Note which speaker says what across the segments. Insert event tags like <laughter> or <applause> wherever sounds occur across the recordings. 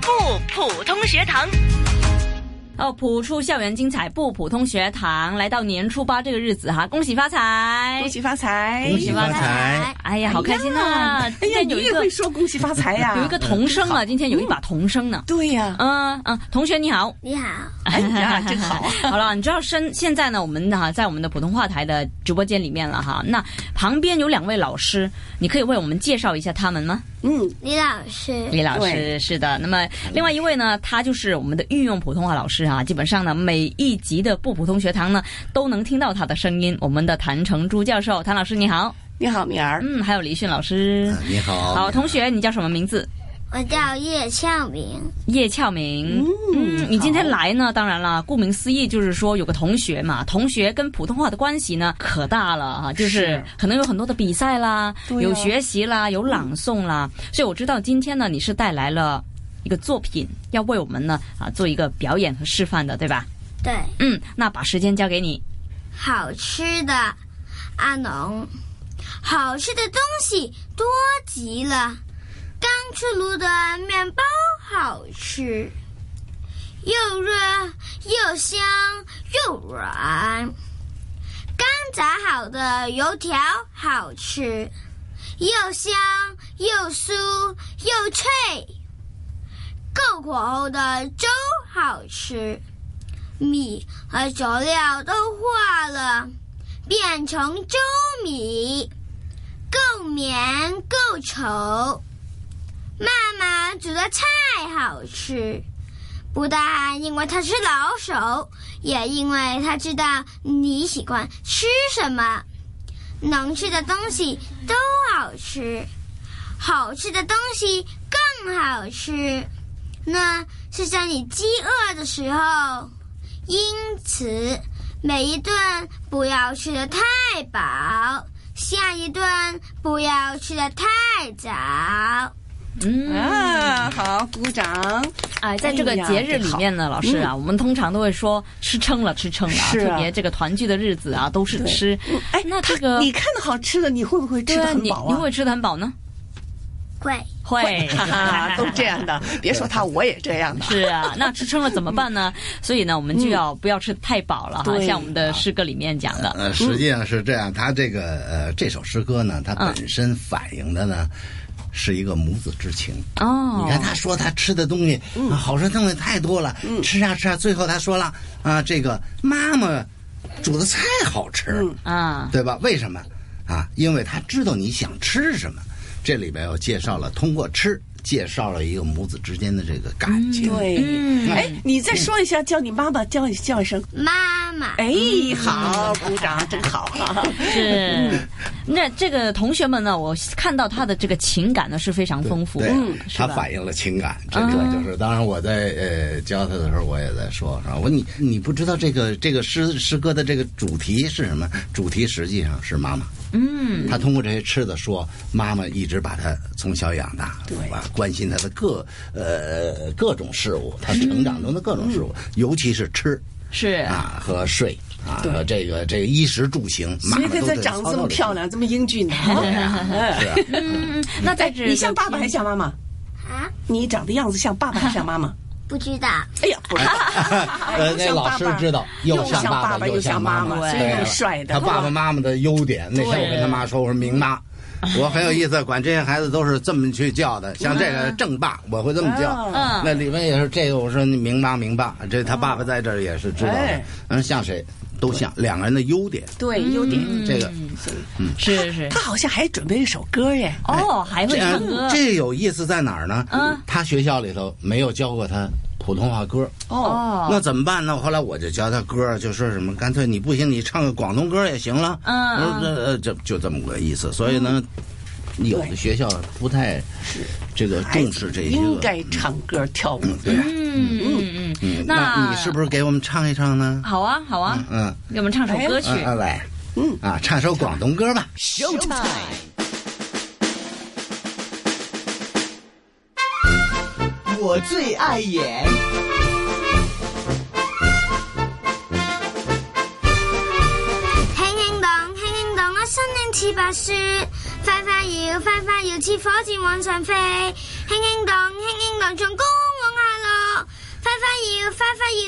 Speaker 1: 普通学堂。
Speaker 2: 哦，普出校园精彩不普通学堂，来到年初八这个日子哈，恭喜发财！
Speaker 3: 恭喜发财！
Speaker 4: 恭喜发财！
Speaker 2: 哎呀，好开心啊！
Speaker 3: 哎
Speaker 2: 今
Speaker 3: 呀，
Speaker 2: 天
Speaker 3: 你
Speaker 2: 有一
Speaker 3: 也
Speaker 2: 个
Speaker 3: 会嗯说恭喜发财哎呀、啊
Speaker 2: 有一个童声啊，今天有一把童声呢。
Speaker 3: 对呀、
Speaker 2: 嗯嗯，同学你好，
Speaker 5: 你好，
Speaker 3: 哎
Speaker 2: <laughs>
Speaker 3: 呀，真好。
Speaker 2: 好了，你知道身现在呢，我们哈、在我们的普通话台的直播间里面了哈。那旁边有两位老师，你可以为我们介绍一下他们吗？
Speaker 3: 嗯，
Speaker 5: 李老师，
Speaker 2: 李老师
Speaker 3: 对
Speaker 2: 是的，那么另外一位呢，他就是我们的御用普通话老师啊。基本上呢，每一集的不普通学堂呢，都能听到他的声音。我们的谭成珠教授，谭老师你好，
Speaker 3: 你好，敏儿。
Speaker 2: 嗯，还有李迅老师
Speaker 4: 啊，你好，
Speaker 2: 好，同学你叫什么名字？
Speaker 5: 我叫叶孝明，
Speaker 2: 叶俏明，
Speaker 3: 嗯
Speaker 2: 你今天
Speaker 3: 好
Speaker 2: 来呢，当然了，顾名思义就是说有个同学嘛，同学跟普通话的关系呢可大了啊，就是
Speaker 3: 是
Speaker 2: 可能有很多的比赛啦，
Speaker 3: 对啊
Speaker 2: 有学习啦，有朗诵啦，所以我知道今天呢你是带来了一个作品，要为我们呢啊做一个表演和示范的，对吧？
Speaker 5: 对，
Speaker 2: 嗯，那把时间交给你，
Speaker 5: 好吃的阿农，好吃的东西多极了，刚出炉的面包好吃，又热又香又软，刚炸好的油条好吃，又香又酥又脆，够火候的粥好吃。米和佐料都化了，变成粥米，够绵够稠。妈妈煮的菜好吃，不但因为她是老手，也因为她知道你喜欢吃什么，能吃的东西都好吃，好吃的东西更好吃。那是在你饥饿的时候。因此，每一顿不要吃的太饱，下一顿不要吃的太早。
Speaker 2: 嗯。
Speaker 3: 啊，好，鼓掌！
Speaker 2: 哎，在这个
Speaker 3: 哎呀嗯
Speaker 2: 节日里面呢，老师啊，我们通常都会说吃撑了，吃撑了啊，
Speaker 3: 是啊
Speaker 2: 特别这个团聚的日子啊，都是
Speaker 3: 对
Speaker 2: 吃。
Speaker 3: 哎，
Speaker 2: 那
Speaker 3: 他
Speaker 2: 这个
Speaker 3: 你看到好吃的，你会不会吃
Speaker 2: 对
Speaker 3: 的
Speaker 2: 啊，
Speaker 3: 很
Speaker 2: 你
Speaker 3: 饱
Speaker 2: 你
Speaker 3: 啊？
Speaker 2: 会吃的很饱呢？
Speaker 5: 会
Speaker 2: 会，
Speaker 3: 哈哈，啊都这样的，别说他，我也这样
Speaker 2: <laughs>
Speaker 3: 的。
Speaker 2: 是啊，那吃撑了怎么办呢？所以呢，我们就要不要吃太饱了哈，
Speaker 3: 对
Speaker 2: 像我们的诗歌里面讲的，
Speaker 4: 呃，实际上是这样，他这个呃这首诗歌呢，它本身反映的呢。是一个母子之情。
Speaker 3: 啊
Speaker 2: 哦
Speaker 4: 你看，他说他吃的东西，啊好吃的东西太多了，吃啊吃啊，最后他说了啊，这个妈妈煮的菜好吃，
Speaker 2: 啊，
Speaker 4: 对吧？为什么啊？因为他知道你想吃什么。这里边又介绍了，通过吃介绍了一个母子之间的这个感情。
Speaker 3: 对，哎，你再说一下，叫你妈妈叫叫一声。
Speaker 5: 妈妈，
Speaker 3: 哎，好，鼓掌，真好啊！
Speaker 2: 是。
Speaker 3: 嗯
Speaker 2: 那这个同学们呢，我看到他的这个情感呢是非常丰富的
Speaker 4: 对，，
Speaker 3: 嗯
Speaker 2: 是
Speaker 4: 他
Speaker 2: 吧
Speaker 4: 反映了情感，这里
Speaker 3: 啊
Speaker 4: 边就是，当然我在呃教他的时候，我也在说，是吧？我你你不知道这个这个诗诗歌的这个主题是什么？主题实际上是妈妈。嗯，他通过这些吃的说，妈妈一直把他从小养大，对吧？关心他的各呃各种事物，他成长中的各种事物，
Speaker 3: 嗯
Speaker 4: 尤其是吃
Speaker 2: 是
Speaker 4: 啊和睡啊和这个这个衣食住行，妈
Speaker 3: 谁
Speaker 4: 妈
Speaker 3: 可
Speaker 4: 都
Speaker 3: 他
Speaker 4: 在
Speaker 3: 长得
Speaker 4: 操
Speaker 3: 这
Speaker 4: 劳
Speaker 3: 么
Speaker 4: 里
Speaker 3: 漂亮，这么英俊呢？哎
Speaker 4: 是啊，
Speaker 2: 嗯，那在这
Speaker 3: 你像爸爸还像妈妈？
Speaker 5: 啊，
Speaker 3: 你长的样子像爸爸还是像妈妈？
Speaker 5: 不知道，
Speaker 3: 哎呀，不是，
Speaker 4: <laughs> 呃，那老师知道，又
Speaker 3: 像
Speaker 4: 像
Speaker 3: 爸
Speaker 4: 爸
Speaker 3: 又
Speaker 4: 像
Speaker 3: 妈
Speaker 4: 妈，
Speaker 3: 所
Speaker 4: 对
Speaker 3: 以
Speaker 4: 了
Speaker 3: 又帅的。
Speaker 4: 他爸爸妈妈的优点，那天我跟他妈说，我说明妈。我很有意思，管这些孩子都是这么去叫的，像这个正爸，我会这么叫。
Speaker 2: 嗯
Speaker 4: 那李文也是这个，我说你明爸明爸，这他爸爸在这儿也是知道的
Speaker 3: 哎。
Speaker 4: 嗯，像谁都像两个人的优点，
Speaker 3: 对优点，
Speaker 4: 这个
Speaker 2: 是是
Speaker 3: 嗯他好像还准备了一首歌耶。
Speaker 2: 哦，还会
Speaker 4: 这
Speaker 2: 唱歌，
Speaker 4: 这有意思在哪儿呢？他学校里头没有教过他普通话歌，
Speaker 3: 哦，
Speaker 2: 啊
Speaker 4: 那怎么办呢？后来我就教他歌，就说什么，干脆你不行，你唱个广东歌也行了。
Speaker 2: 嗯
Speaker 4: 我说这呃，这就这么个意思。所以呢，有的学校不太这个重视这些
Speaker 3: 哎应
Speaker 4: 个。
Speaker 3: 该唱歌跳舞的。
Speaker 2: 嗯嗯嗯，
Speaker 4: 嗯那你是不是给我们唱一唱呢？
Speaker 2: 好啊好啊，
Speaker 4: 嗯，
Speaker 2: 给我们唱首歌曲
Speaker 4: 嗯，啊来，
Speaker 3: 嗯
Speaker 4: 啊，唱首广东歌吧。
Speaker 6: 我最爱演。
Speaker 5: 輕輕蕩，輕輕蕩，我身影似白雪，快快搖，啊快快搖，似火箭往上飛，輕輕蕩，輕輕蕩，從高往下落。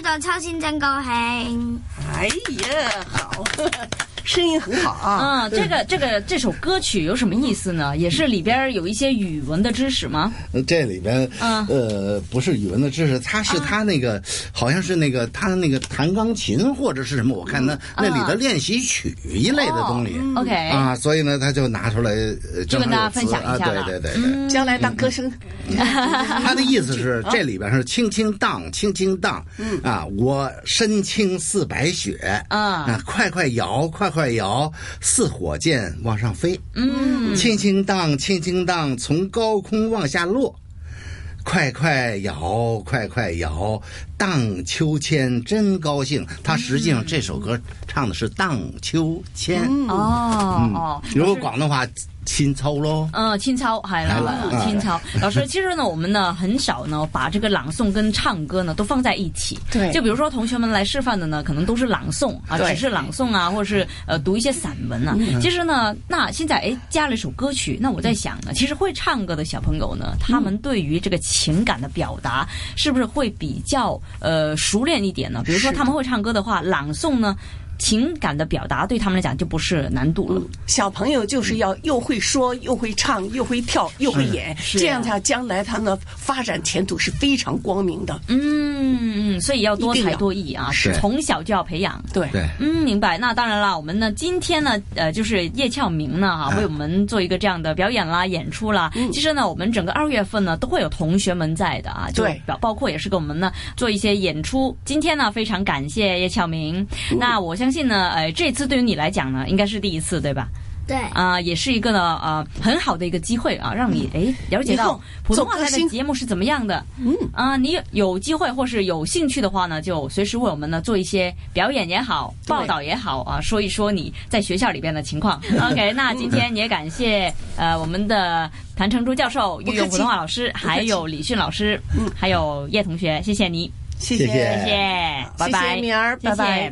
Speaker 5: 的操心真高兴。
Speaker 3: 哎呀，好，声音很好啊。
Speaker 2: 嗯，这个这个这首歌曲有什么意思呢？也是里边有一些语文的知识吗？
Speaker 4: 呃这里边
Speaker 2: 嗯
Speaker 4: 呃不是语文的知识，他是他那个好像是那个他那个弹钢琴或者是什么，我看他那里的练习曲一类的东西。
Speaker 2: OK
Speaker 4: 啊，所以呢，他就拿出来，呃
Speaker 2: 哎就
Speaker 4: 正
Speaker 2: 跟大家
Speaker 4: 好有
Speaker 2: 分
Speaker 4: 词
Speaker 2: 享一
Speaker 4: 啊，
Speaker 2: 下了嗯
Speaker 4: 对对对对，
Speaker 3: 将来当歌声，
Speaker 4: 他的意思是这里边是轻轻荡，轻轻荡，啊，我身轻似白雪，
Speaker 2: 嗯啊，
Speaker 4: 快快摇，快快摇，似火箭往上飞，
Speaker 2: 嗯
Speaker 4: 轻轻荡，轻轻荡，从高空往下落，快快摇，快快摇，荡秋千真高兴。他实际上
Speaker 2: 嗯
Speaker 4: 这首歌唱的是荡秋千，
Speaker 2: 哦
Speaker 4: 嗯
Speaker 2: 哦，
Speaker 4: 如果广东话，亲操喽。
Speaker 2: 嗯，清操系啦
Speaker 4: 係啦，
Speaker 2: 清操。老师，其实呢，我们呢很少呢把这个朗诵跟唱歌呢都放在一起。
Speaker 3: 对
Speaker 2: 就比如说同学们来示范的呢，可能都是朗诵啊，
Speaker 3: 对
Speaker 2: 只是朗诵啊，或者是呃读一些散文啊。其实呢，那现在哎加了一首歌曲，那我在想呢，其实会唱歌的小朋友呢，他们对于这个情感的表达是不是会比较呃熟练一点呢？比如说他们会唱歌的话，朗诵呢。情感的表达对他们来讲就不是难度了，
Speaker 3: 小朋友就是要又会说，又会唱，又会跳，又会演，
Speaker 2: 是
Speaker 3: 这样他将来他们的发展前途是非常光明的。
Speaker 2: 嗯，嗯，所以要多
Speaker 3: 一定
Speaker 2: 才
Speaker 3: 要
Speaker 2: 多艺啊，
Speaker 4: 是
Speaker 2: 从小就要培养。
Speaker 3: 对，
Speaker 4: 对，
Speaker 2: 嗯，明白。那当然啦，我们呢，今天呢，呃，就是叶俏明呢，哈、
Speaker 4: 嗯
Speaker 2: 为我们做一个这样的表演啦、演出啦。其实呢，我们整个二月份呢，都会有同学们在的啊，就
Speaker 3: 对
Speaker 2: 包包括也是给我们呢做一些演出。今天呢，非常感谢叶俏明。那我相信呢，呃，这次对于你来讲呢，应该是第一次对吧？
Speaker 5: 对，
Speaker 2: 啊、也是一个呢，呃，很好的一个机会啊，让你哎了解
Speaker 3: 嗯以
Speaker 2: 到
Speaker 3: 后
Speaker 2: 普通话
Speaker 3: 做歌
Speaker 2: 台的
Speaker 3: 星
Speaker 2: 节目是怎么样的。嗯啊、你有有机会或是有兴趣的话呢，就随时为我们呢做一些表演也好，报道也好啊，说一说你在学校里边的情
Speaker 3: <laughs>
Speaker 2: 况。OK，那今天也感谢呃我们的谭成珠教授、
Speaker 3: 不
Speaker 2: 御
Speaker 3: 客
Speaker 2: 用普通
Speaker 3: 气
Speaker 2: 话老师，还
Speaker 3: 气
Speaker 2: 有李迅老
Speaker 3: 嗯
Speaker 2: 师，还有叶同学，谢谢你，
Speaker 3: 谢
Speaker 4: 谢谢
Speaker 2: 谢谢，拜
Speaker 3: 谢
Speaker 2: 拜，
Speaker 3: 哎谢敏儿
Speaker 2: 谢谢
Speaker 3: 拜拜